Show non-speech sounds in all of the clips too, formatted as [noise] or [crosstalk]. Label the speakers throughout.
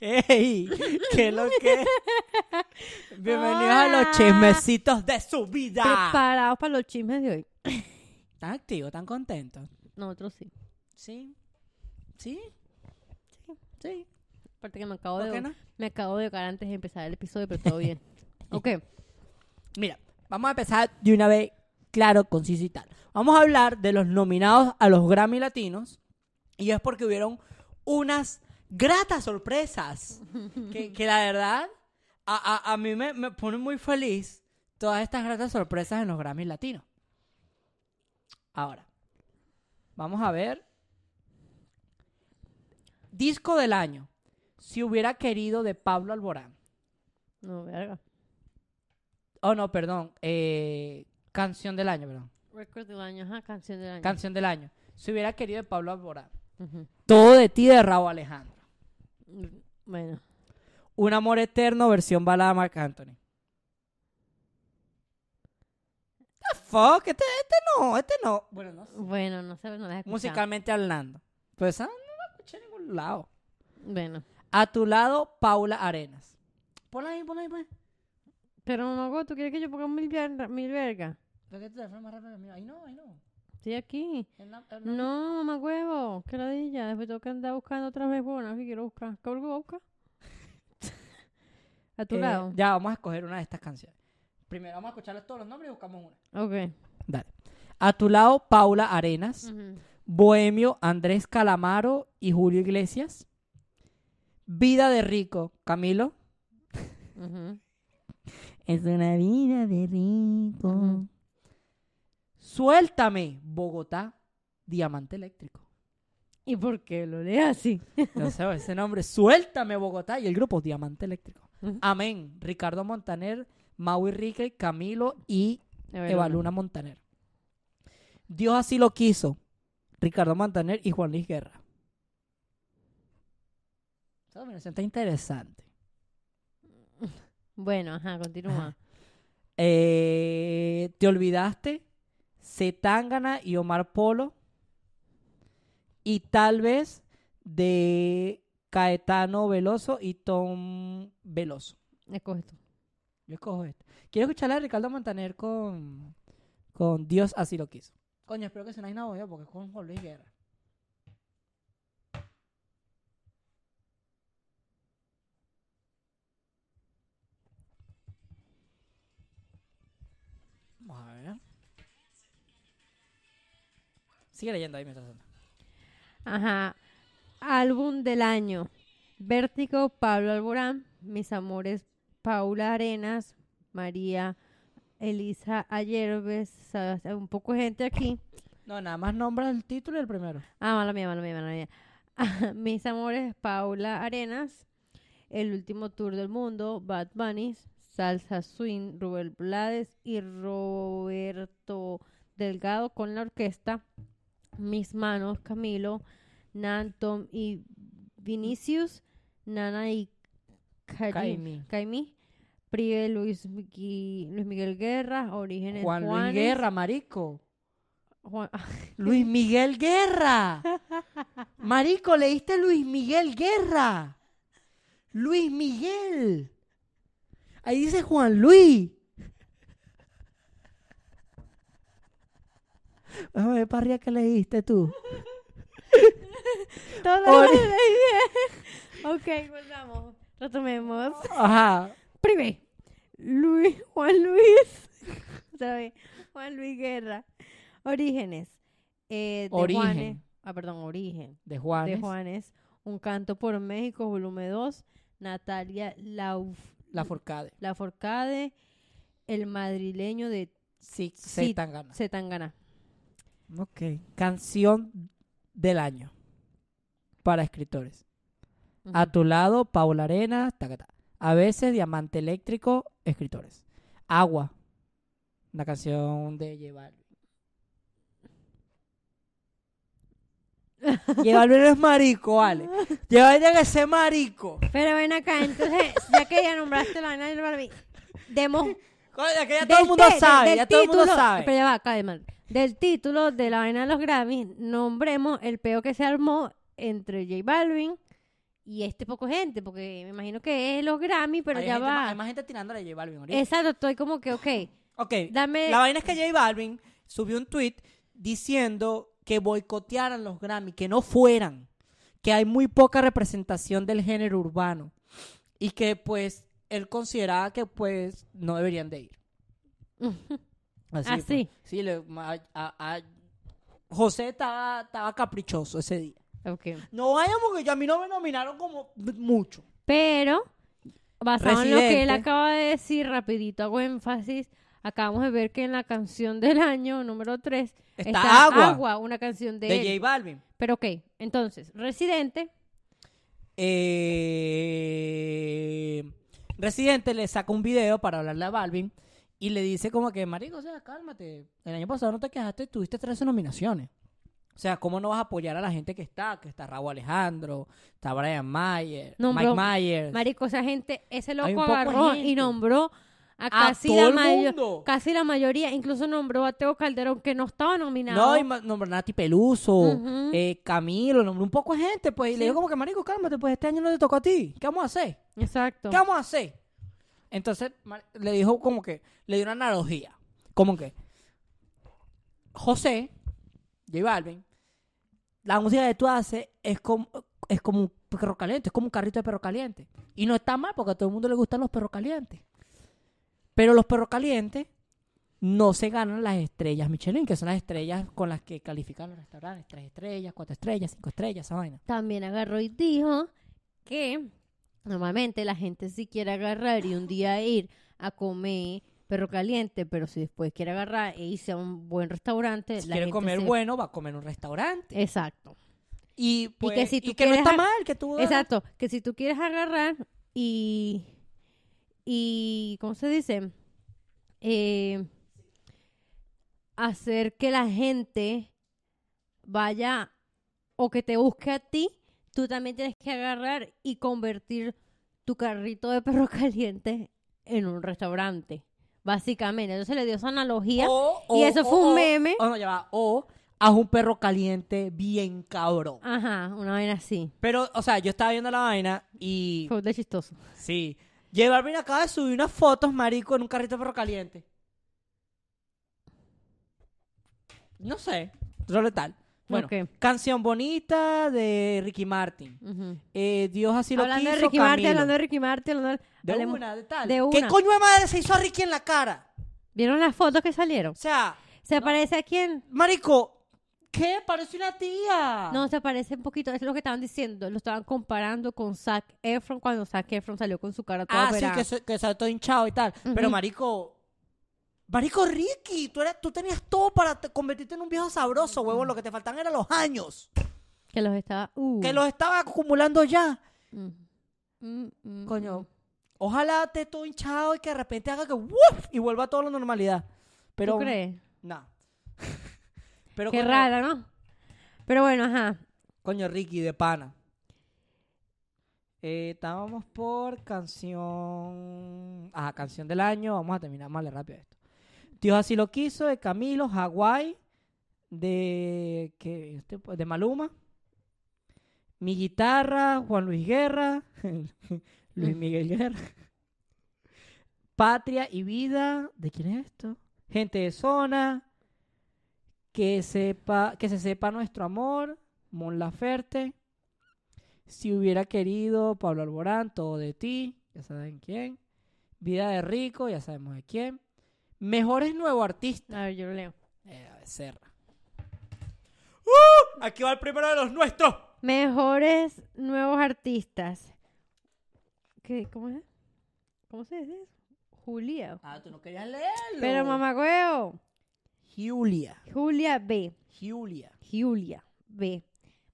Speaker 1: ¡Ey! ¿Qué es lo que? Bienvenidos a los chismecitos de su vida.
Speaker 2: Preparados para los chismes de hoy.
Speaker 1: ¿Están activos? ¿Están contentos?
Speaker 2: Nosotros sí.
Speaker 1: ¿Sí? ¿Sí?
Speaker 2: Sí. Aparte que me acabo
Speaker 1: ¿Por
Speaker 2: de
Speaker 1: qué no?
Speaker 2: me acabo de ahogar antes de empezar el episodio, pero todo [laughs] bien. ok.
Speaker 1: Mira, vamos a empezar de una vez claro, conciso y tal. Vamos a hablar de los nominados a los Grammy Latinos y es porque hubieron unas gratas sorpresas que, que la verdad a, a- a mí me, me pone muy feliz todas estas gratas sorpresas en los Grammy Latinos. Ahora, vamos a ver. Disco del año. Si hubiera querido de Pablo Alborán.
Speaker 2: No, verga.
Speaker 1: Oh, no, perdón. eh, canción del año, perdón.
Speaker 2: Record del año, ajá, canción del año.
Speaker 1: Canción del año. Si hubiera querido de Pablo Alborán.
Speaker 2: Ujú.
Speaker 1: Todo de ti de Raúl Alejandro.
Speaker 2: Mm, Bueno,
Speaker 1: Un amor eterno versión balada Marc Anthony. The fuck, este, este no, este no. Bueno, no sé.
Speaker 2: bueno, no sé, no las he escuchado.
Speaker 1: Musicalmente hablando. Pues esa no la escuché en ningún lado.
Speaker 2: Bueno,
Speaker 1: A tu lado, Paula Arenas. Ponla ahí, ponla ahí, pues. ponla ahí.
Speaker 2: pero no, ¿tú quieres que yo ponga mil, ver- mil verga?
Speaker 1: Pero que tu teléfono es más rápido que el mío. Ahí no, ahí no.
Speaker 2: Estoy aquí.
Speaker 1: En la- en la-
Speaker 2: No, mamá huevo, qué ladilla. Después tengo que andar buscando otra vez. Bueno, que quiero buscar. ¿Qué vuelvo a [laughs] buscar? a tu
Speaker 1: Eh,
Speaker 2: lado.
Speaker 1: Ya, vamos a escoger una de estas canciones. Primero vamos a escucharles todos los nombres y buscamos una.
Speaker 2: Ok.
Speaker 1: Dale. A tu lado, Paula Arenas.
Speaker 2: Ujú.
Speaker 1: Bohemio, Andrés Calamaro y Julio Iglesias. Vida de rico, Camilo.
Speaker 2: Ujú.
Speaker 1: Es una vida de rico.
Speaker 2: Ujú.
Speaker 1: Suéltame, Bogotá, Diamante Eléctrico.
Speaker 2: ¿Y por qué lo lees así?
Speaker 1: No sé ese nombre. Suéltame, Bogotá y el grupo Diamante Eléctrico.
Speaker 2: Ujú.
Speaker 1: Amén. Ricardo Montaner, Maui Rique, Camilo y Eva Luna Montaner. Dios así lo quiso. Ricardo Montaner y Juan Luis Guerra. Esta nominación está interesante.
Speaker 2: Bueno, ajá, continúa.
Speaker 1: Ajá. Eh, Te olvidaste. Zetangana y Omar Polo. Y tal vez de Caetano Veloso y Tom Veloso.
Speaker 2: Escoge tú.
Speaker 1: Yo escojo esto. Quiero escuchar a Ricardo Montaner con, con Dios así lo quiso. Coño, espero que sea una boya porque es con Juan Luis Guerra. Vamos a ver. Sigue leyendo ahí mientras tanto.
Speaker 2: Ajá. Álbum del año. Vértigo, Pablo Alborán. Mis amores, Paula Arenas, María Elisa Ayerves. sabes, Un poco de gente aquí.
Speaker 1: No, nada más nombra el título y el primero.
Speaker 2: Ah, mala mía, mala mía, mala mía. [laughs] Ah, Mis amores, Paula Arenas, El último tour del mundo, Bad Bunnies, Salsa Swing, Rubel Blades y Roberto Delgado con la orquesta, Mis manos, Camilo, Nantom y Vinicius, Nana y Karim-
Speaker 1: Kaimi.
Speaker 2: Kaimi, Prive Luis, Migui- Luis Miguel Guerra, Orígenes
Speaker 1: Juan Luis
Speaker 2: Juanes,
Speaker 1: Guerra, marico.
Speaker 2: Juan- [laughs]
Speaker 1: Luis Miguel Guerra. Marico, leíste Luis Miguel Guerra. Luis Miguel. Ahí dice Juan Luis. Vamos a ver, Parria, ¿qué leíste tú?
Speaker 2: Todas
Speaker 1: Ori-
Speaker 2: las ideas. Ok, volvamos. Retomemos.
Speaker 1: Ajá.
Speaker 2: Privé. Luis, Juan Luis. Otra vez. Juan Luis Guerra. Orígenes. Eh, de
Speaker 1: Origen.
Speaker 2: Juanes- Ah, perdón, Origen.
Speaker 1: De Juanes.
Speaker 2: De Juanes. Un canto por México, volumen 2. Natalia Lauf,
Speaker 1: La Forcade.
Speaker 2: Laforcade. El madrileño de
Speaker 1: Sí,
Speaker 2: Sí.
Speaker 1: sí. Tangana.
Speaker 2: Zetangana.
Speaker 1: Ok. Canción del año. Para escritores. A tu lado, Paula Arenas, tacata. A veces, Diamante Eléctrico, escritores. Agua, la canción de Llevar. Llevarlo no es marico,
Speaker 2: [laughs]
Speaker 1: vale. Llevarlo que ese marico.
Speaker 2: Pero ven acá, entonces, ya que ya nombraste la vaina del Barbie, demos
Speaker 1: Coño, que ya todo el
Speaker 2: Del
Speaker 1: mundo
Speaker 2: te-
Speaker 1: sabe,
Speaker 2: del
Speaker 1: ya todo el mundo
Speaker 2: título- Pero
Speaker 1: sabe.
Speaker 2: ya va, calma. Del título de la vaina de los Grammys, nombremos el peo que se armó entre J Balvin Y este poco gente, porque me imagino que es los Grammy, pero
Speaker 1: Hay
Speaker 2: ya
Speaker 1: gente más-
Speaker 2: va.
Speaker 1: hay más gente tirándole a J Balvin ahorita.
Speaker 2: Exacto, estoy como que, ok,
Speaker 1: Ok,
Speaker 2: dame...
Speaker 1: la vaina es que J Balvin subió un tweet diciendo que boicotearan los Grammy, que no fueran, que hay muy poca representación del género urbano y que pues él consideraba que pues no deberían de ir. Así.
Speaker 2: Ah,
Speaker 1: fue.
Speaker 2: sí.
Speaker 1: Sí, le- a- a- a- José estaba, estaba caprichoso ese día.
Speaker 2: Ok.
Speaker 1: No vaya porque ya a mí no me nominaron como mucho.
Speaker 2: Pero, basado en lo que él
Speaker 1: Residente.
Speaker 2: acaba de decir, rapidito hago énfasis, acabamos de ver que en la canción del año, número 3,
Speaker 1: Está Agua.
Speaker 2: una canción de,
Speaker 1: De
Speaker 2: él.
Speaker 1: J Balvin.
Speaker 2: Pero ok, entonces, Residente,
Speaker 1: Eh, Residente le saca un video para hablarle a Balvin y le dice como que, marico, o sea, cálmate. El año pasado no te quejaste, tuviste 13 nominaciones. O sea, ¿cómo no vas a apoyar a la gente que está? Que está Raúl Alejandro, está Brian Mayer, Mike
Speaker 2: Nombró-
Speaker 1: Myers.
Speaker 2: marico, esa gente, ese
Speaker 1: Hay un
Speaker 2: loco
Speaker 1: poco de
Speaker 2: agarró
Speaker 1: gente.
Speaker 2: y nombró a
Speaker 1: A
Speaker 2: casi,
Speaker 1: todo
Speaker 2: la
Speaker 1: el
Speaker 2: mayo-
Speaker 1: mundo.
Speaker 2: casi la mayoría, incluso nombró a Teo Calderón, que no estaba nominado.
Speaker 1: No, y ma- nombró a Nati Peluso,
Speaker 2: Ujú.
Speaker 1: eh, Camilo, nombró un poco de gente, pues. Y
Speaker 2: Sí.
Speaker 1: le digo como que, marico, cálmate, pues este año no te tocó a ti. ¿Qué vamos a hacer?
Speaker 2: Exacto.
Speaker 1: ¿Qué vamos a hacer? Entonces mar- le dijo como que, le dio una analogía. Como que José, J Balvin, la música que tú haces es como, es como un perro caliente, es como un carrito de perro caliente. Y no está mal porque a todo el mundo le gustan los perros calientes. Pero los perros calientes no se ganan las estrellas Michelin, que son las estrellas con las que califican los restaurantes. Tres estrellas, cuatro estrellas, cinco estrellas, esa vaina.
Speaker 2: También agarró y dijo que normalmente la gente si quiere agarrar y un día ir a comer perro caliente, pero si después quiere agarrar e irse a un buen restaurante,
Speaker 1: Si
Speaker 2: la
Speaker 1: quiere
Speaker 2: gente
Speaker 1: comer
Speaker 2: se-
Speaker 1: bueno, va a comer en un restaurante.
Speaker 2: Exacto.
Speaker 1: Y, pues,
Speaker 2: que si tú
Speaker 1: y que no
Speaker 2: quieres
Speaker 1: está
Speaker 2: a-
Speaker 1: mal, que tú...
Speaker 2: Exacto, que si tú quieres agarrar y y ¿cómo se dice? Eh, hacer que la gente vaya o que te busque a ti, tú también tienes que agarrar y convertir tu carrito de perro [laughs] caliente en un restaurante, básicamente. Entonces le dio esa analogía.
Speaker 1: O-
Speaker 2: Y
Speaker 1: o-
Speaker 2: eso
Speaker 1: o-
Speaker 2: fue un
Speaker 1: o-
Speaker 2: meme.
Speaker 1: O, no, ya va. O haz un perro caliente bien cabrón.
Speaker 2: Ah. Ajá, una vaina así.
Speaker 1: Pero, o sea, yo estaba viendo la vaina y...
Speaker 2: Fue de chistoso.
Speaker 1: Sí. J Balvin acaba de subir unas fotos, marico, en un carrito de perro caliente. No sé. Solo tal. Bueno,
Speaker 2: Ok.
Speaker 1: canción bonita de Ricky Martin.
Speaker 2: Ujú.
Speaker 1: Eh, Dios así lo
Speaker 2: hablando,
Speaker 1: quiso,
Speaker 2: de Ricky Martin,
Speaker 1: Camilo.
Speaker 2: hablando de Ricky Martin, hablando
Speaker 1: De
Speaker 2: hablemos-
Speaker 1: una, de tal.
Speaker 2: de
Speaker 1: ¿Qué
Speaker 2: una.
Speaker 1: coño de madre se hizo a Ricky en la cara?
Speaker 2: ¿Vieron las fotos que salieron?
Speaker 1: O sea,
Speaker 2: ¿Se parece a quién?
Speaker 1: marico, ¿qué? Parece una tía.
Speaker 2: No, se parece un poquito, es lo que estaban diciendo, lo estaban comparando con Zac Efron cuando Zac Efron salió con su cara toda
Speaker 1: Ah, sí,
Speaker 2: operada.
Speaker 1: que, se- que está todo hinchado y tal. Pero,
Speaker 2: Ujú.
Speaker 1: marico... Marico Ricky, tú, eras, tú tenías todo para te- convertirte en un viejo sabroso, huevón. Lo que te faltan eran los años.
Speaker 2: Que los estaba... uh,
Speaker 1: Que los estaba acumulando ya.
Speaker 2: mm, mm, mm,
Speaker 1: Coño,
Speaker 2: mm.
Speaker 1: ojalá te todo hinchado y que de repente haga que... ¡wuf! Y vuelva a toda la normalidad. Pero...
Speaker 2: ¿Tú crees?
Speaker 1: No. [laughs] Pero
Speaker 2: Qué
Speaker 1: coño,
Speaker 2: rara, ¿no? Pero bueno, ajá.
Speaker 1: Coño, Ricky, de pana. Eh, estábamos por canción. Ah, canción del año. Vamos a terminar más rápido esto. Dios así lo quiso, de Camilo, Hawái, de. ¿qué? Este, pues, de Maluma. Mi guitarra, Juan Luis Guerra, [laughs] Luis Miguel Guerra. Patria y vida. ¿De quién es esto? Gente de zona. Que sepa, que se sepa nuestro amor. Mon Laferte. Si hubiera querido, Pablo Alborán, todo de ti, ya saben quién. Vida de Rico, ya sabemos de quién. Mejores nuevo artista.
Speaker 2: A ver, yo lo leo.
Speaker 1: Eh, Becerra. ¡Uh! Aquí va el primero de los nuestros.
Speaker 2: Mejores nuevos artistas. ¿Qué? ¿Cómo es? ¿Cómo se dice? Julia.
Speaker 1: Ah, tú no querías leerlo.
Speaker 2: Pero mamagüeo.
Speaker 1: Julia.
Speaker 2: Julia B.
Speaker 1: Julia.
Speaker 2: Julia B.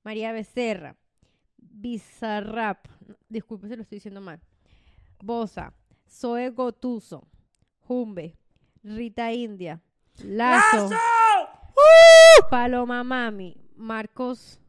Speaker 2: María Becerra. Bizarrap. Disculpe si lo estoy diciendo mal. Bosa. Zoe Gotuso. Jumbe. Rita India. Lazo. Paloma Mami. Marcos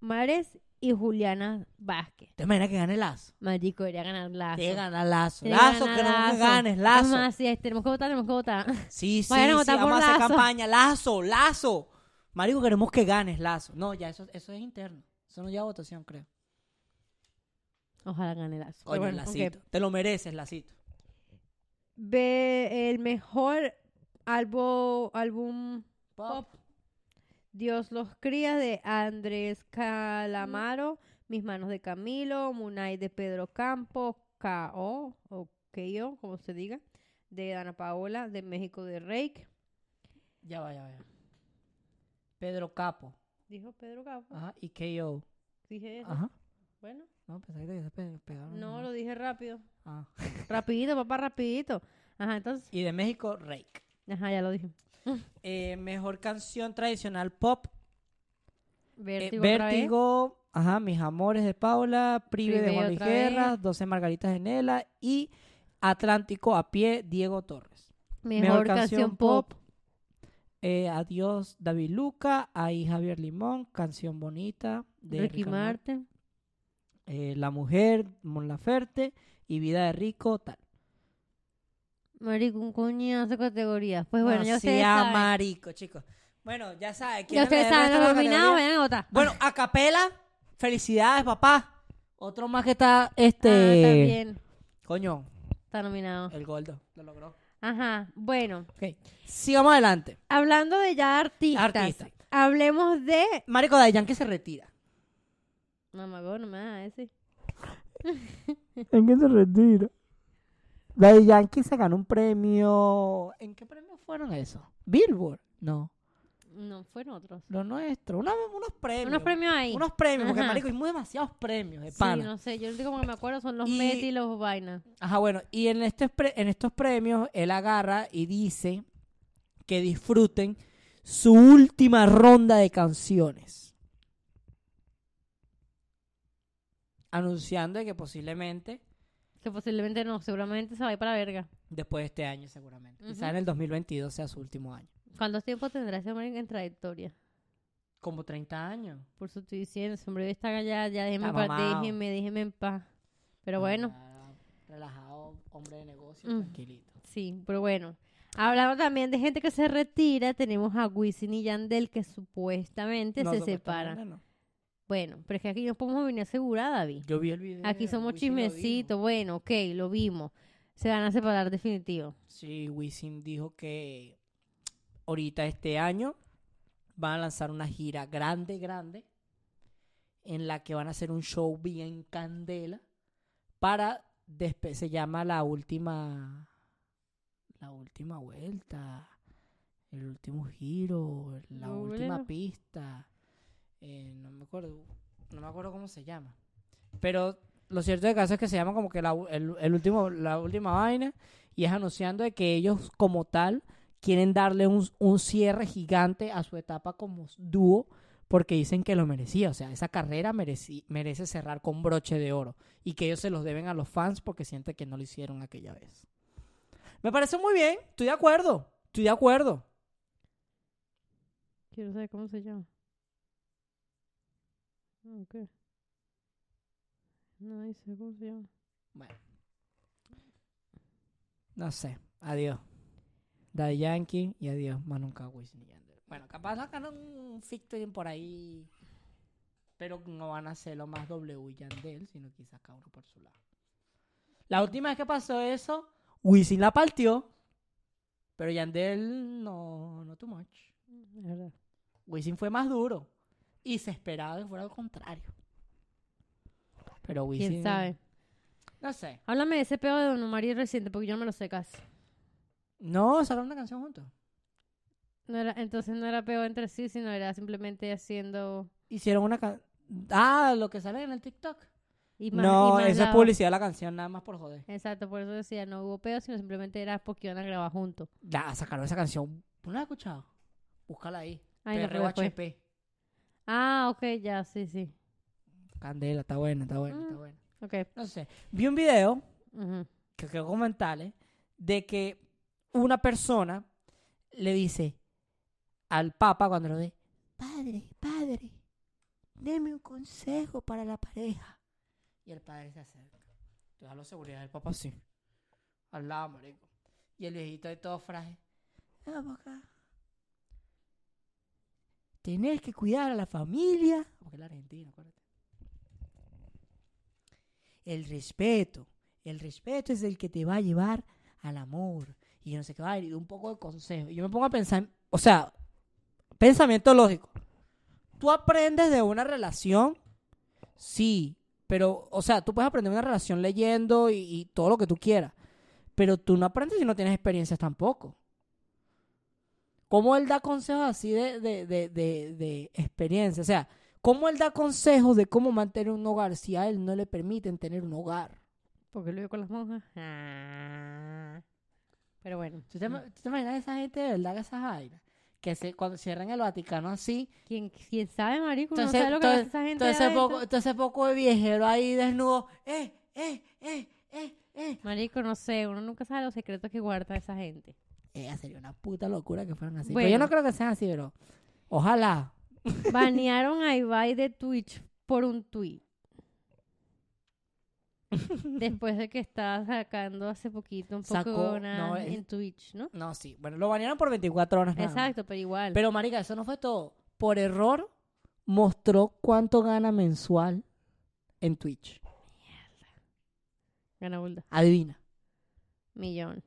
Speaker 2: Mares y Juliana Vázquez.
Speaker 1: Te imaginas que gane Lazo.
Speaker 2: Marico, debería ganar Lazo.
Speaker 1: Te gana Lazo.
Speaker 2: Debería
Speaker 1: Lazo,
Speaker 2: ganar
Speaker 1: que no
Speaker 2: Lazo.
Speaker 1: me ganes, Lazo.
Speaker 2: Mamá, sí, es, tenemos que votar, tenemos que votar. [laughs]
Speaker 1: Sí, sí,
Speaker 2: Vayan a
Speaker 1: sí,
Speaker 2: votar por
Speaker 1: vamos a hacer
Speaker 2: Lazo.
Speaker 1: campaña. Lazo, Lazo. Marico, queremos que ganes, Lazo. No, ya eso, eso es interno. Eso no lleva a votación, creo.
Speaker 2: Ojalá gane Lazo. Pero
Speaker 1: Coño,
Speaker 2: bueno, ok.
Speaker 1: Lacito. Te lo mereces, Lacito.
Speaker 2: Ve el mejor álbum, álbum
Speaker 1: Pop.
Speaker 2: Dios los cría de Andrés Calamaro, Mis manos de Camilo, Munay de Pedro Campos, K.O. o K.O., como se diga, de Dana Paola, de México de Reik.
Speaker 1: Ya va, ya va. ya va. Pedro Capo.
Speaker 2: Dijo Pedro Campos.
Speaker 1: Ajá. Y KO.
Speaker 2: Dije eso.
Speaker 1: Ajá.
Speaker 2: Bueno,
Speaker 1: No, pensé que te habías pe- pegado.
Speaker 2: no lo dije rápido.
Speaker 1: Ah.
Speaker 2: Rapidito, papá, rapidito. Ajá, entonces.
Speaker 1: Y de México, Rake.
Speaker 2: Ajá, ya lo dije.
Speaker 1: Eh, mejor canción tradicional pop. Eh,
Speaker 2: Vértigo. otra vez.
Speaker 1: Vértigo. Ajá, Mis Amores de Paula, Prive,
Speaker 2: Prive
Speaker 1: de Juan Luis
Speaker 2: otra vez.
Speaker 1: Guerra, 12 Margaritas de Nela y Atlántico a pie, Diego Torres.
Speaker 2: Mejor, canción, pop.
Speaker 1: Eh, adiós, David Luca, ahí Javier Limón, Canción Bonita de
Speaker 2: Ricky
Speaker 1: Ricardo Martin.
Speaker 2: Martin.
Speaker 1: Eh, La Mujer, Mon Laferte y Vida de Rico, tal.
Speaker 2: Marico, un coñazo de categorías. Pues bueno,
Speaker 1: No
Speaker 2: ya ustedes
Speaker 1: sea
Speaker 2: saben.
Speaker 1: Ah, marico, chicos. Bueno, ya saben.
Speaker 2: Ya
Speaker 1: ¿quiénes
Speaker 2: ustedes
Speaker 1: le dieron
Speaker 2: saben,
Speaker 1: esta
Speaker 2: los nominados,
Speaker 1: categoría?
Speaker 2: vayan a votar.
Speaker 1: Bueno, a capela, felicidades, papá. Otro más que está, este...
Speaker 2: Ah, también
Speaker 1: Coño,
Speaker 2: está nominado.
Speaker 1: el gordo. Lo logró.
Speaker 2: Ajá, bueno.
Speaker 1: Ok. Sigamos adelante.
Speaker 2: Hablando de ya artistas,
Speaker 1: Artista.
Speaker 2: hablemos de...
Speaker 1: Marico de Yankee se retira.
Speaker 2: No me acuerdo, no me vas a decir.
Speaker 1: ¿En qué se retira? Daddy Yankee se ganó un premio. ¿En qué premio fueron esos? Billboard. No,
Speaker 2: No, fueron otros.
Speaker 1: lo nuestro. Una- unos premios.
Speaker 2: Unos premios ahí.
Speaker 1: Unos premios, porque
Speaker 2: Ajá.
Speaker 1: marico, hay muy demasiados premios de
Speaker 2: Sí,
Speaker 1: pana.
Speaker 2: no sé, yo lo único que me acuerdo son los
Speaker 1: Y-
Speaker 2: Met y los Vainas.
Speaker 1: Ajá, bueno, y en, este pre- en estos premios él agarra y dice que disfruten su última ronda de canciones. Anunciando de que posiblemente
Speaker 2: Que posiblemente no, seguramente se va a ir para la verga.
Speaker 1: después de este año, seguramente.
Speaker 2: Ujú.
Speaker 1: Quizá en el 2022 sea su último año.
Speaker 2: ¿Cuántos tiempos tendrá ese hombre en trayectoria?
Speaker 1: Como 30 años.
Speaker 2: Por eso estoy diciendo, ese hombre está allá, ya déjenme, en
Speaker 1: Está
Speaker 2: paz,
Speaker 1: mamado.
Speaker 2: déjenme, déjenme en paz. Pero bueno,
Speaker 1: Ah, Relajado, hombre de negocio,
Speaker 2: Mm.
Speaker 1: tranquilito.
Speaker 2: Sí, pero bueno. Hablando también de gente que se retira, tenemos a Wisin y Yandel que supuestamente
Speaker 1: No,
Speaker 2: Este se
Speaker 1: supuestamente
Speaker 2: separan.
Speaker 1: no.
Speaker 2: Bueno, pero es que aquí no podemos venir asegurada, David.
Speaker 1: Yo vi el video.
Speaker 2: Aquí somos
Speaker 1: Wisin lo dijo.
Speaker 2: chismecitos. Bueno, ok, lo vimos. Se van a separar definitivo.
Speaker 1: Sí, Wisin dijo que ahorita este año van a lanzar una gira grande, grande, en la que van a hacer un show bien candela para después se llama la última la última vuelta, el último giro, la
Speaker 2: No,
Speaker 1: última
Speaker 2: bueno.
Speaker 1: pista. Eh, no me acuerdo, no me acuerdo cómo se llama. Pero lo cierto de caso es que se llama como que la, u- el, el último, la última vaina y es anunciando de que ellos como tal quieren darle un, un cierre gigante a su etapa como dúo porque dicen que lo merecía, o sea, esa carrera mereci- merece cerrar con broche de oro y que ellos se los deben a los fans porque sienten que no lo hicieron aquella vez. Me parece muy bien, estoy de acuerdo, estoy de acuerdo.
Speaker 2: Quiero saber cómo se llama. Ah, Ok. No dice cómo se llama.
Speaker 1: No sé, adiós. Daddy Yankee y adiós, más nunca Wisin y Yandel. Bueno, capaz sacan un featuring por ahí, pero no van a hacerlo más W Yandel, sino quizás cada uno por su lado. La última vez que pasó eso, Wisin la partió, pero Yandel no, no too much.
Speaker 2: Es verdad.
Speaker 1: Wisin fue más duro y se esperaba que fuera lo contrario. Pero Wisin... eh.
Speaker 2: ¿Quién sabe?
Speaker 1: No sé.
Speaker 2: Háblame de ese pedo de Don Omar y reciente, porque yo no me lo sé casi.
Speaker 1: No, sacaron una canción juntos.
Speaker 2: No era, entonces no era peo entre sí, sino era simplemente haciendo...
Speaker 1: Hicieron una canción. Ah, lo que sale en el TikTok.
Speaker 2: Y más,
Speaker 1: No,
Speaker 2: y más
Speaker 1: esa es
Speaker 2: la-
Speaker 1: publicidad de la canción, nada más por joder.
Speaker 2: Exacto, por eso decía, no hubo peo, sino simplemente era porque iban a grabar juntos.
Speaker 1: Ya, sacaron esa canción. ¿No la has escuchado? Búscala ahí.
Speaker 2: Ay, no,
Speaker 1: Perreo
Speaker 2: pero fue.
Speaker 1: HP.
Speaker 2: Ah, ok, ya, sí, sí.
Speaker 1: Candela, está buena, está buena,
Speaker 2: Mm.
Speaker 1: está buena.
Speaker 2: Ok.
Speaker 1: No sé. Vi un video
Speaker 2: ujú.
Speaker 1: que quiero comentarles de que una persona le dice al Papa cuando lo ve, padre, padre, deme un consejo para la pareja. Y el padre se acerca. Te da la seguridad del papá, sí. Al lado, marico. Y el viejito de todo frágil. Vamos acá. Tener que cuidar a la familia. Porque es argentino, acuérdate. el respeto. El respeto es el que te va a llevar al amor. Y yo no sé qué va a ir, un poco de consejo. Y yo me pongo a pensar, o sea, pensamiento lógico. Tú aprendes de una relación, sí, pero, o sea, tú puedes aprender una relación leyendo y, y todo lo que tú quieras. Pero tú no aprendes si no tienes experiencias tampoco. ¿Cómo él da consejos así de, de, de, de- de experiencia? O sea, ¿cómo él da consejos de cómo mantener un hogar si a él no le permiten tener un hogar?
Speaker 2: Porque lo veo con las monjas. Ah. Pero bueno.
Speaker 1: ¿Tú te,
Speaker 2: mm.
Speaker 1: ima- tú te imaginas esa gente de verdad que esas vainas? Que se, cuando cierran el Vaticano así,
Speaker 2: ¿Quién, quién sabe, marico? Uno
Speaker 1: Entonces,
Speaker 2: sabe lo que
Speaker 1: entonces-
Speaker 2: hace esa gente
Speaker 1: Entonces
Speaker 2: allá
Speaker 1: ese poco,
Speaker 2: adentro.
Speaker 1: entonces poco de viejero ahí desnudo. Eh, eh, eh, eh, eh.
Speaker 2: Marico, no sé. Uno nunca sabe los secretos que guarda esa gente. [laughs]
Speaker 1: Eh, sería una puta locura que fueran así. Pero yo
Speaker 2: Bueno.
Speaker 1: no creo que sean así, pero ojalá.
Speaker 2: Banearon a Ibai de Twitch por
Speaker 1: [laughs]
Speaker 2: un tweet. Después de que estaba sacando hace poquito un poco
Speaker 1: Sacó-
Speaker 2: una-
Speaker 1: no, es-
Speaker 2: en Twitch, ¿no?
Speaker 1: No, sí. Bueno, lo banearon por 24 horas. nada más.
Speaker 2: Exacto, pero igual.
Speaker 1: Pero marica, eso no fue todo. Por error mostró cuánto gana mensual en Twitch.
Speaker 2: Gana burda.
Speaker 1: Adivina.
Speaker 2: Millón.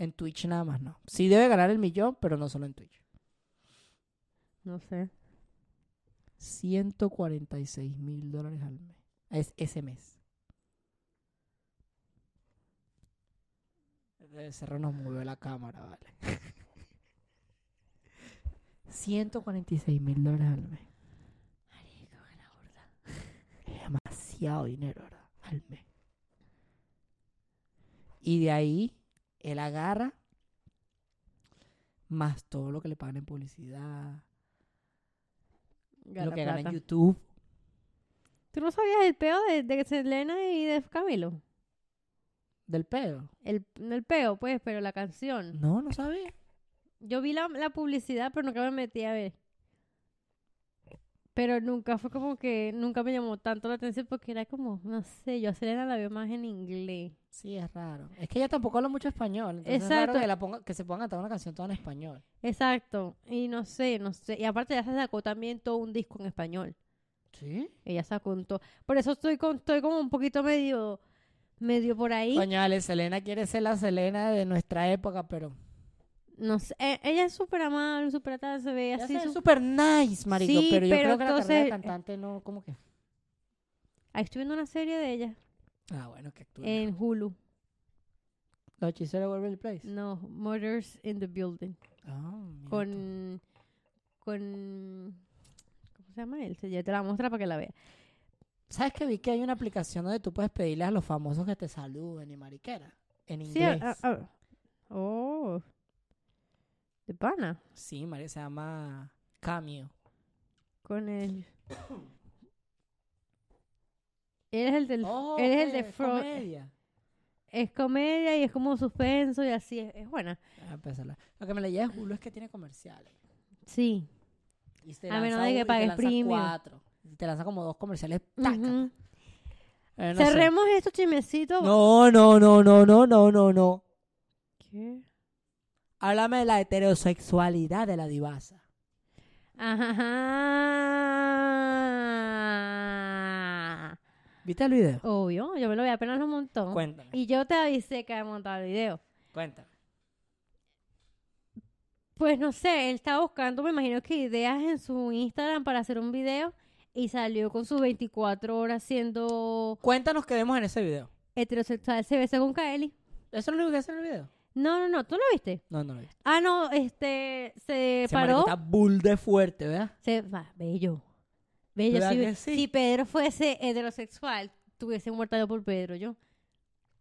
Speaker 1: En Twitch nada más no. Sí debe ganar el millón, pero no solo en Twitch.
Speaker 2: No sé.
Speaker 1: 146 mil dólares al mes. Es ese mes. El cerro nos movió la cámara, vale. [laughs] 146 mil dólares al mes.
Speaker 2: Marico, gana burda.
Speaker 1: Es demasiado dinero, ¿verdad? Al mes. Y de ahí, él agarra más todo lo que le pagan en publicidad,
Speaker 2: Gana
Speaker 1: lo que gana
Speaker 2: plata.
Speaker 1: en YouTube.
Speaker 2: ¿Tú no sabías el peo de, de Selena y de Camilo?
Speaker 1: Del pedo.
Speaker 2: El, no el peo, pues, pero la canción.
Speaker 1: No, no sabía.
Speaker 2: Yo vi la, la publicidad, pero nunca me metí a ver. Pero nunca fue como que, nunca me llamó tanto la atención porque era como, no sé, yo a Selena la veo más en inglés.
Speaker 1: Sí, es raro. Es que ella tampoco habla mucho español. Entonces es raro
Speaker 2: Exacto.
Speaker 1: que, la ponga- que se ponga a cantar una canción toda en español.
Speaker 2: Exacto. Y no sé, no sé. Y aparte ya se sacó también todo un disco en español.
Speaker 1: ¿Sí?
Speaker 2: Ella sacó un todo. Por eso estoy, con, estoy como un poquito medio, medio por ahí.
Speaker 1: Coño, Ale, Selena quiere ser la Selena de nuestra época, pero...
Speaker 2: No sé, eh, ella es súper amable, súper atada, se ve
Speaker 1: Ella
Speaker 2: así.
Speaker 1: se ve
Speaker 2: su-
Speaker 1: súper nice, marico.
Speaker 2: Sí,
Speaker 1: pero eh, yo
Speaker 2: pero
Speaker 1: creo que la carrera de
Speaker 2: entonces-
Speaker 1: cantante no... ¿Cómo que?
Speaker 2: Ahí estoy viendo una serie de ella
Speaker 1: Ah, bueno, que actúa.
Speaker 2: en Hulu.
Speaker 1: Los hechiceros vuelven el place.
Speaker 2: No, Murders in the Building.
Speaker 1: Ah, mira tú.
Speaker 2: Con. Con. ¿Cómo se llama él? Se- Ya te la muestra para que la vea.
Speaker 1: ¿Sabes que vi que hay una aplicación donde tú puedes pedirle a los famosos que te saluden y mariquera? En
Speaker 2: Sí, a-
Speaker 1: inglés. Sí, ah,
Speaker 2: a- a- Oh. De pana.
Speaker 1: María, se llama Cameo.
Speaker 2: Con el. [coughs] Él es el del.
Speaker 1: Oh,
Speaker 2: él es el
Speaker 1: ok,
Speaker 2: de
Speaker 1: es
Speaker 2: Fro-
Speaker 1: comedia.
Speaker 2: Es comedia y es como suspenso y así. Es, es buena.
Speaker 1: Ah, pues, la- Lo que me leía de Julio es que tiene comerciales.
Speaker 2: Sí.
Speaker 1: Y se
Speaker 2: A
Speaker 1: lanza
Speaker 2: menos de que
Speaker 1: uno y te
Speaker 2: pagues
Speaker 1: lanza
Speaker 2: premium.
Speaker 1: cuatro. Y te lanza como dos comerciales. ¡taca!
Speaker 2: Ujú.
Speaker 1: Eh, no sé.
Speaker 2: Cerremos este estos chismecitos.
Speaker 1: No, no, no, no, no, no, no, no.
Speaker 2: ¿Qué?
Speaker 1: Háblame de la heterosexualidad de la divasa.
Speaker 2: Ajá.
Speaker 1: ¿Viste el video?
Speaker 2: Obvio, yo me lo voy a apenas un montón.
Speaker 1: Cuéntame,
Speaker 2: Y yo te avisé que había montado el video.
Speaker 1: cuéntame.
Speaker 2: Pues no sé, él estaba buscando, me imagino que ideas en su Instagram para hacer un video y salió con sus 24 horas siendo
Speaker 1: Cuéntanos qué vemos en ese video.
Speaker 2: heterosexual, se besó con Kaeli.
Speaker 1: ¿Eso es lo único que hace en el video?
Speaker 2: No, no, no, ¿tú lo viste?
Speaker 1: No, no lo he visto.
Speaker 2: Ah, no, este, se
Speaker 1: Ese
Speaker 2: paró.
Speaker 1: marico Está bull de fuerte, ¿verdad?
Speaker 2: Se va, bello. Bello,
Speaker 1: ¿Verdad
Speaker 2: si,
Speaker 1: que sí?
Speaker 2: si Pedro fuese heterosexual, tuviese muerto yo por Pedro, yo.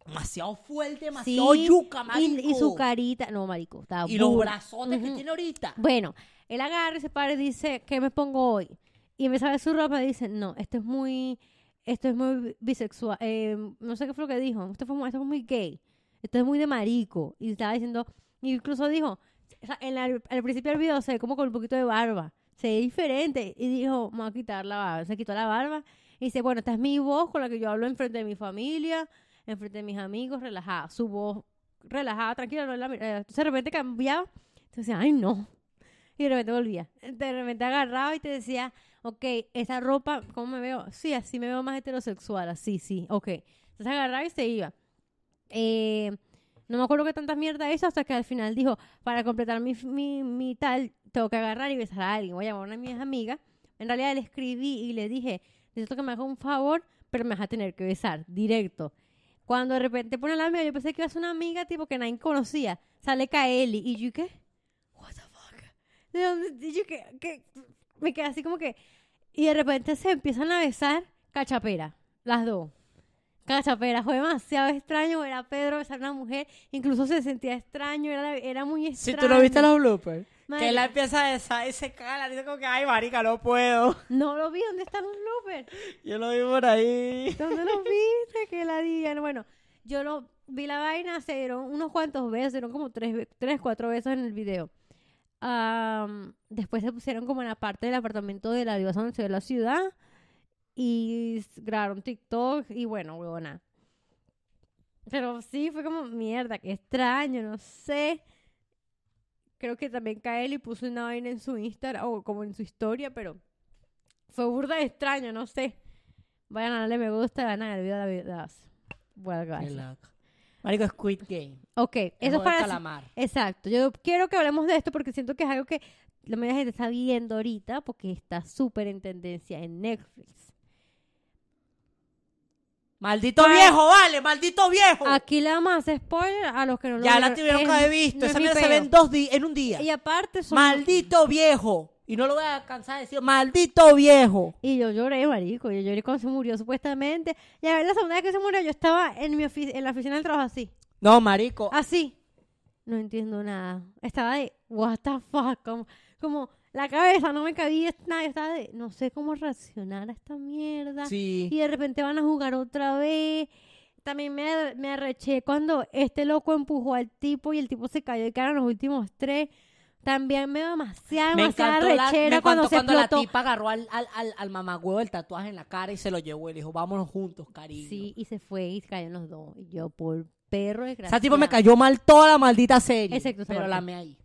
Speaker 1: Demasiado fuerte,
Speaker 2: Sí,
Speaker 1: demasiado yuca,
Speaker 2: y,
Speaker 1: marico.
Speaker 2: y su carita, no, marico, estaba
Speaker 1: Y los
Speaker 2: burda.
Speaker 1: brazotes que
Speaker 2: Ujú.
Speaker 1: tiene ahorita.
Speaker 2: Bueno, él agarra y se para y dice, ¿qué me pongo hoy? Y me sabe su ropa y dice, no, esto es muy, esto es muy bisexual, eh, no sé qué fue lo que dijo, esto, fue, mu- esto es muy gay, esto es muy de marico. Y estaba diciendo, incluso dijo, o sea, en la- al principio del video se ve como con un poquito de barba, se ve diferente. Y dijo, me voy a quitar la barba, se quitó la barba. Y dice, bueno, esta es mi voz con la que yo hablo enfrente de mi familia, enfrente de mis amigos, relajada, su voz relajada, tranquila, no es la mi- eh, Entonces de repente cambiaba, entonces, ay no, y de repente volvía. De repente agarraba y te decía, ok, esa ropa, ¿cómo me veo? Sí, así me veo más heterosexual, así, sí, ok. Entonces agarraba y se iba. Eh, no me acuerdo qué tantas mierdas hizo hasta que al final dijo, para completar mi, mi, mi tal, tengo que agarrar y besar a alguien. Voy a llamar a una de mis amigas. En realidad le escribí y le dije, necesito que me haga un favor, pero me vas a tener que besar, directo. Cuando de repente pone la amiga, yo pensé que iba a ser una amiga tipo que nadie conocía. Sale Kaeli y yo, ¿qué? What the fuck? ¿De dónde? Y yo, ¿qué? ¿Qué? Me quedé así como que... Y de repente se empiezan a besar cachapera, las dos. Cachapera, fue demasiado extraño ver a Pedro besar a una mujer. Incluso se sentía extraño, era, era muy
Speaker 1: Si
Speaker 2: extraño.
Speaker 1: tú no viste los bloopers,
Speaker 2: Marica.
Speaker 1: que la empieza a besar y se caga la risa como que, ay, marica, no puedo. [laughs]
Speaker 2: No lo vi, ¿dónde están los bloopers?
Speaker 1: Yo lo vi por [laughs] ahí.
Speaker 2: ¿Dónde los viste? Que la digan. Bueno, yo lo vi la vaina, se dieron unos cuantos besos, se dieron como tres, be- tres cuatro besos en el video. Am, después se pusieron como en la parte del apartamento de la diva donde se ve la ciudad y s- grabaron TikTok y bueno, huevona. Pero sí, fue como mierda, qué extraño, no sé. Creo que también Kaeli puso una vaina en su Instagram o como en su historia, pero fue burda de extraño, no sé. Vayan a darle me gusta, van a ver el video de la las- Bueno,
Speaker 1: Qué
Speaker 2: gracias.
Speaker 1: loco. Marico, Squid Game.
Speaker 2: Ok,
Speaker 1: El juego
Speaker 2: eso es
Speaker 1: del
Speaker 2: para
Speaker 1: calamar.
Speaker 2: Exacto, yo quiero que hablemos de esto porque siento que es algo que la mayoría de gente está viendo ahorita porque está súper en tendencia en Netflix.
Speaker 1: Maldito
Speaker 2: Ay.
Speaker 1: viejo, vale, maldito viejo.
Speaker 2: Aquí le vamos a hacer spoiler a los que Ah, no lo
Speaker 1: Oh. ya
Speaker 2: vieron.
Speaker 1: la tuvieron
Speaker 2: Es-
Speaker 1: que haber visto.
Speaker 2: no es
Speaker 1: Esa
Speaker 2: mi
Speaker 1: mierda se
Speaker 2: peo.
Speaker 1: ve en, dos di- en un día.
Speaker 2: Y aparte son...
Speaker 1: Maldito viejo. Y no lo voy a cansar de decir, maldito viejo.
Speaker 2: Y yo lloré, marico, yo lloré cuando se murió supuestamente. Y a ver, la segunda vez que se murió yo estaba en mi ofi- en la oficina del trabajo así,
Speaker 1: No, marico.
Speaker 2: así. No entiendo nada. Estaba de, what the fuck, como, como la cabeza no me cabía nada, yo estaba de, no sé cómo reaccionar a esta mierda. y
Speaker 1: Sí.
Speaker 2: de repente van a jugar otra vez. También me, me arreché cuando este loco empujó al tipo y el tipo se cayó de cara en los últimos tres. También me dio demasiada,
Speaker 1: Me
Speaker 2: demasiada
Speaker 1: encantó, la, me
Speaker 2: arrechera
Speaker 1: encantó
Speaker 2: cuando
Speaker 1: cuando,
Speaker 2: se
Speaker 1: la
Speaker 2: explotó.
Speaker 1: tipa agarró al, al, al, al mamagüevo el tatuaje en la cara y se lo llevó. Y le dijo, vámonos juntos, cariño.
Speaker 2: Sí, y se fue y se cayeron los dos. Y yo, por perro
Speaker 1: O
Speaker 2: desgraciado.
Speaker 1: sea, tipo, me cayó mal toda la maldita serie.
Speaker 2: Exacto, esa
Speaker 1: Pero
Speaker 2: parte.
Speaker 1: la me ahí.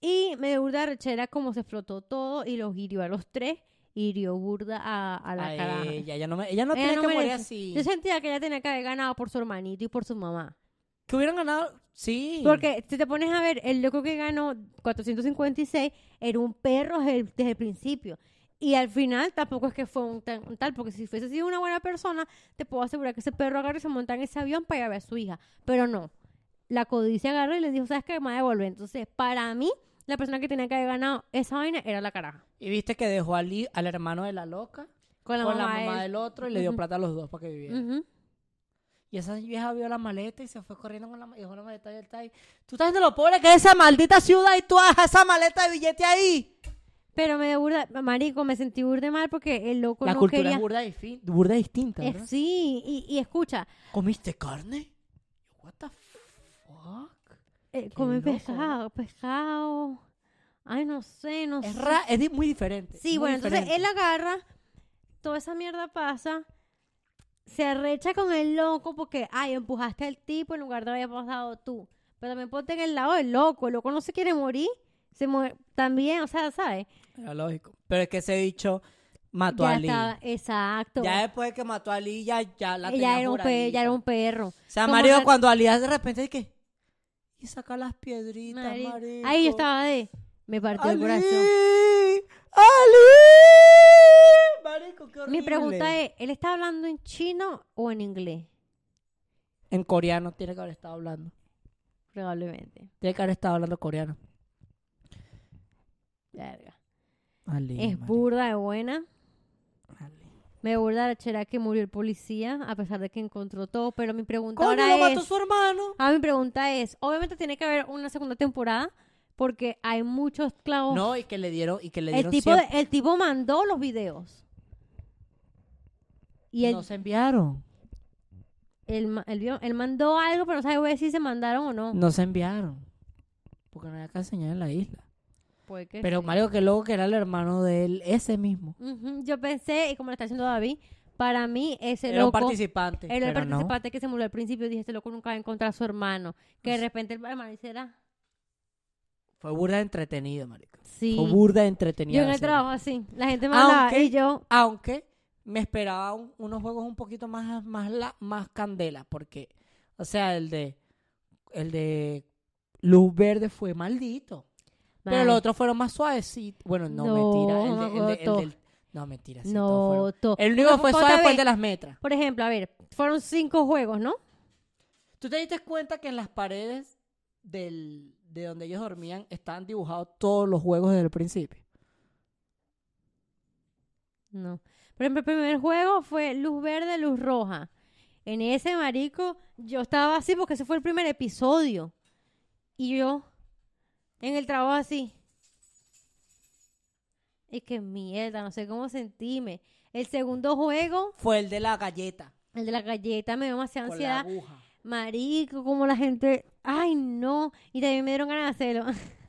Speaker 2: Y me dio burda de arrechera como se explotó todo y los hirió a los tres. Hirió burda a, a la
Speaker 1: A
Speaker 2: cara.
Speaker 1: ella, ella no, me- ella no tiene que morir así.
Speaker 2: Yo sentía que ella tenía que haber ganado por su hermanito y por su mamá.
Speaker 1: Que hubieran ganado, sí.
Speaker 2: Porque si te pones a ver, el loco que ganó 456 era un perro desde el, desde el principio. Y al final tampoco es que fue un, tan- un tal, porque si fuese sido una buena persona, te puedo asegurar que ese perro agarra y se monta en ese avión para ir a ver a su hija. Pero no. La codicia agarra y le dijo, ¿sabes qué? Me va a devolver. Entonces, para mí, la persona que tenía que haber ganado esa vaina era la caraja.
Speaker 1: Y viste que dejó al, hi- al hermano de la loca
Speaker 2: Con la
Speaker 1: con
Speaker 2: mamá,
Speaker 1: la mamá
Speaker 2: del...
Speaker 1: del otro y le dio
Speaker 2: Ujú.
Speaker 1: plata a los dos para que vivieran.
Speaker 2: Ujú.
Speaker 1: Y esa vieja vio la maleta y se fue corriendo con la, ma- y dejó la maleta abierta ahí. Tú estás de lo pobre que es esa maldita ciudad y tú dejas esa maleta de billete ahí.
Speaker 2: Pero me dio burda, marico, me sentí burde mal porque el loco
Speaker 1: la
Speaker 2: no
Speaker 1: cultura
Speaker 2: quería...
Speaker 1: es burda, difi- burda distinta,
Speaker 2: Eh,
Speaker 1: ¿verdad?
Speaker 2: sí, y, y escucha,
Speaker 1: ¿Comiste carne? What the fuck?
Speaker 2: Eh, comen
Speaker 1: loco, ¿no?
Speaker 2: pescado, pescado. Ay, no sé, no
Speaker 1: Es,
Speaker 2: sé.
Speaker 1: ra- es di- muy diferente.
Speaker 2: sí,
Speaker 1: muy
Speaker 2: bueno,
Speaker 1: diferente.
Speaker 2: entonces él agarra, toda esa mierda pasa, se arrecha con el loco porque, ay, empujaste al tipo en lugar de haber pasado tú. Pero también ponte en el lado del loco, el loco no se quiere morir, se muere también, o sea, ¿sabes?
Speaker 1: Era lógico. Pero es que ese dicho mató
Speaker 2: Ya
Speaker 1: a Lee.
Speaker 2: estaba, exacto.
Speaker 1: Ya después de que mató a Lee, ya, ya la
Speaker 2: Ella
Speaker 1: tenía
Speaker 2: era un pe- ya
Speaker 1: juradita.
Speaker 2: era un perro.
Speaker 1: O sea,
Speaker 2: Como
Speaker 1: Mario,
Speaker 2: la-
Speaker 1: cuando Alías de repente, ¿y qué? Y saca las piedritas,
Speaker 2: Marico.
Speaker 1: marico.
Speaker 2: Ahí yo estaba de, me partió el
Speaker 1: ¡Ali!
Speaker 2: corazón.
Speaker 1: ¡Ali! Marico, qué horrible.
Speaker 2: Mi pregunta es, ¿él está hablando en chino o en inglés?
Speaker 1: En coreano tiene que haber estado hablando.
Speaker 2: Probablemente.
Speaker 1: Tiene que haber estado hablando coreano.
Speaker 2: Verga.
Speaker 1: Ali,
Speaker 2: es
Speaker 1: marico,
Speaker 2: burda de buena.
Speaker 1: Ali.
Speaker 2: Me burda la chera que murió el policía, a pesar de que encontró todo. Pero mi pregunta
Speaker 1: Coño, lo
Speaker 2: ahora
Speaker 1: mató
Speaker 2: es...
Speaker 1: su hermano.
Speaker 2: Ah, mi pregunta es, obviamente tiene que haber una segunda temporada porque hay muchos clavos.
Speaker 1: No, y que le dieron, y que le
Speaker 2: Oh. el,
Speaker 1: dieron
Speaker 2: tipo de-
Speaker 1: 100.
Speaker 2: el tipo mandó los videos. Y él,
Speaker 1: No se enviaron.
Speaker 2: él ma- él vio- él mandó algo, pero no sabe si se mandaron o no.
Speaker 1: No se enviaron. Porque no había que enseñar en la isla.
Speaker 2: Puede que
Speaker 1: Pero
Speaker 2: sí.
Speaker 1: Mario, que luego que era el hermano de él, ese mismo.
Speaker 2: Ujú, Yo pensé, y como lo está haciendo David, para mí ese
Speaker 1: Era un
Speaker 2: loco...
Speaker 1: participante.
Speaker 2: Era el
Speaker 1: pero no.
Speaker 2: participante que se murió al principio. Dije, este loco nunca va a encontrar a su hermano. Que de
Speaker 1: Pues-
Speaker 2: repente el hermano hiciera
Speaker 1: Fue burda de entretenido, marico.
Speaker 2: Sí.
Speaker 1: Fue burda de
Speaker 2: Yo
Speaker 1: entretenido.
Speaker 2: en
Speaker 1: la
Speaker 2: el
Speaker 1: serie.
Speaker 2: trabajo así. La gente me hablaba
Speaker 1: Aunque-
Speaker 2: y yo.
Speaker 1: Aunque me esperaba un- unos juegos un poquito más, más, la- más candela, porque, o sea, el de, el de Luz Verde fue maldito. Pero
Speaker 2: "Ay,
Speaker 1: los otros fueron más suavecitos. Bueno, no,
Speaker 2: No,
Speaker 1: mentira. El
Speaker 2: me
Speaker 1: de- el de- el
Speaker 2: agotó.
Speaker 1: del- no, mentira. sí, todos
Speaker 2: No,
Speaker 1: fueron.
Speaker 2: todo.
Speaker 1: El único que fue suave fue el
Speaker 2: JB.
Speaker 1: de las metras.
Speaker 2: Por ejemplo, a ver, fueron cinco juegos, ¿no?
Speaker 1: ¿Tú te diste cuenta que en las paredes del, de donde ellos dormían estaban dibujados todos los juegos desde el principio?
Speaker 2: No. Por ejemplo, el primer juego fue luz verde, luz roja. En ese marico, yo estaba así porque ese fue el primer episodio. Y yo, en el trabajo así. Y que mierda, no sé cómo sentirme. El segundo juego,
Speaker 1: Fue el de la galleta
Speaker 2: el de la galleta, me dio demasiada
Speaker 1: con la
Speaker 2: ansiedad.
Speaker 1: aguja.
Speaker 2: Marico, como la gente. Ay, no. Y también me dieron ganas de hacerlo. [laughs]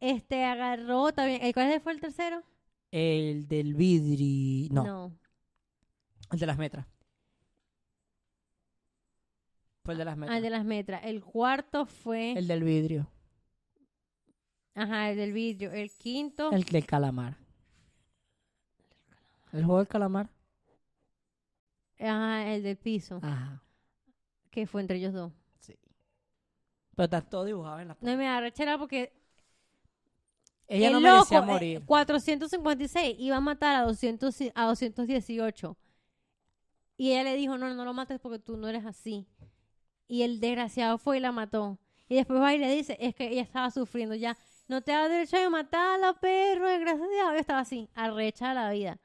Speaker 2: Este agarró también. ¿El cuál fue el tercero?
Speaker 1: El del vidri... No, el de las metras. Fue el de las
Speaker 2: Ah,
Speaker 1: metras.
Speaker 2: el de las metras. El cuarto fue.
Speaker 1: El del vidrio.
Speaker 2: Ajá, el del vidrio. El quinto.
Speaker 1: El del calamar. El juego del calamar.
Speaker 2: Ajá, el del piso.
Speaker 1: Ajá.
Speaker 2: Que fue entre ellos dos.
Speaker 1: Pero está todo dibujado en la...
Speaker 2: No y me da rechera porque.
Speaker 1: Ella
Speaker 2: el
Speaker 1: no
Speaker 2: loco,
Speaker 1: merecía
Speaker 2: eh,
Speaker 1: morir.
Speaker 2: 456 iba a matar a, 200, y- a 218. Y ella le dijo: No, no lo mates porque tú no eres así. Y el desgraciado fue y la mató. Y después va y le dice: Es que ella estaba sufriendo ya. No te da derecho de matarla, perro, desgraciado. Yo estaba así, arrecha de la vida.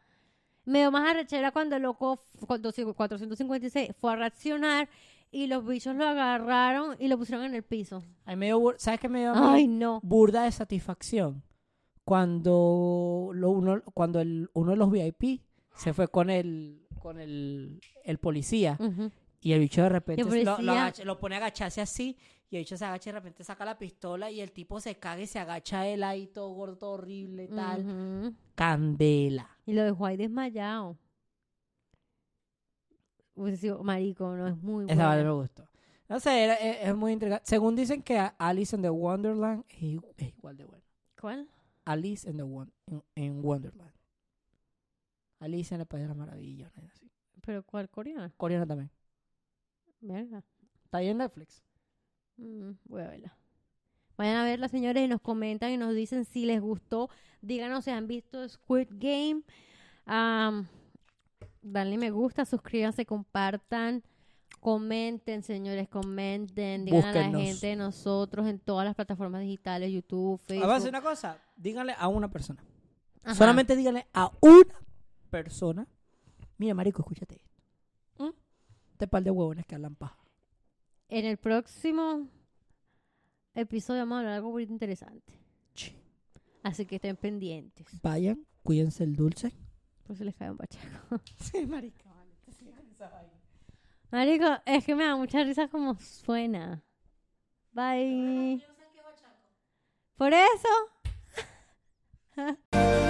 Speaker 2: Me dio más arrechera cuando el loco f- cuando se- 456 fue a reaccionar y los bichos lo agarraron y lo pusieron en el piso.
Speaker 1: Ay, me dio bur- ¿Sabes qué me dio a mí?
Speaker 2: Ay, no.
Speaker 1: burda de satisfacción cuando lo- uno, cuando el, uno de los VIP se fue con el con el, el policía
Speaker 2: Ujú.
Speaker 1: y el bicho de repente
Speaker 2: El
Speaker 1: se- lo, lo
Speaker 2: policía.
Speaker 1: agacha- lo pone a agacharse así y el bicho se agacha y de repente saca la pistola y el tipo se caga y se agacha él ahí todo gordo, todo horrible, tal.
Speaker 2: Ujú.
Speaker 1: Candela.
Speaker 2: Y lo dejó ahí desmayado. Hubiese sido, marico, no es muy
Speaker 1: Esa vale
Speaker 2: buena.
Speaker 1: me gustó. No sé, era- e, es, es muy intrigante. Según dicen que a- Alice in the Wonderland es, igu- es igual de bueno.
Speaker 2: ¿Cuál?
Speaker 1: Alice in the Won- in- in Wonderland. Alice en el País de las Maravillas. una vaina así.
Speaker 2: ¿Pero cuál coreana?
Speaker 1: Coreana también.
Speaker 2: Verga.
Speaker 1: Está ahí en Netflix.
Speaker 2: Mm, voy a verla. Vayan a verla, señores, y nos comentan y nos dicen si les gustó. Díganos si han visto Squid Game. Am, danle me gusta, suscríbanse, compartan. Comenten, señores, comenten. Digan a la
Speaker 1: Búsquennos.
Speaker 2: gente de nosotros en todas las plataformas digitales, YouTube, Facebook.
Speaker 1: Ahora voy Ah, a hacer una cosa. Díganle a una persona.
Speaker 2: Ajá.
Speaker 1: Solamente díganle a una persona. Mira, marico, escúchate esto. ¿Mm? Este par de huevones que hablan paja.
Speaker 2: En el próximo episodio vamos a hablar algo muy interesante.
Speaker 1: Chi.
Speaker 2: Así que estén pendientes.
Speaker 1: Vayan, cuídense el dulce.
Speaker 2: Por si les cae un bachaco.
Speaker 1: [laughs] Sí, marico.
Speaker 2: Marico, es que me da mucha risa como suena. Bye. Por eso.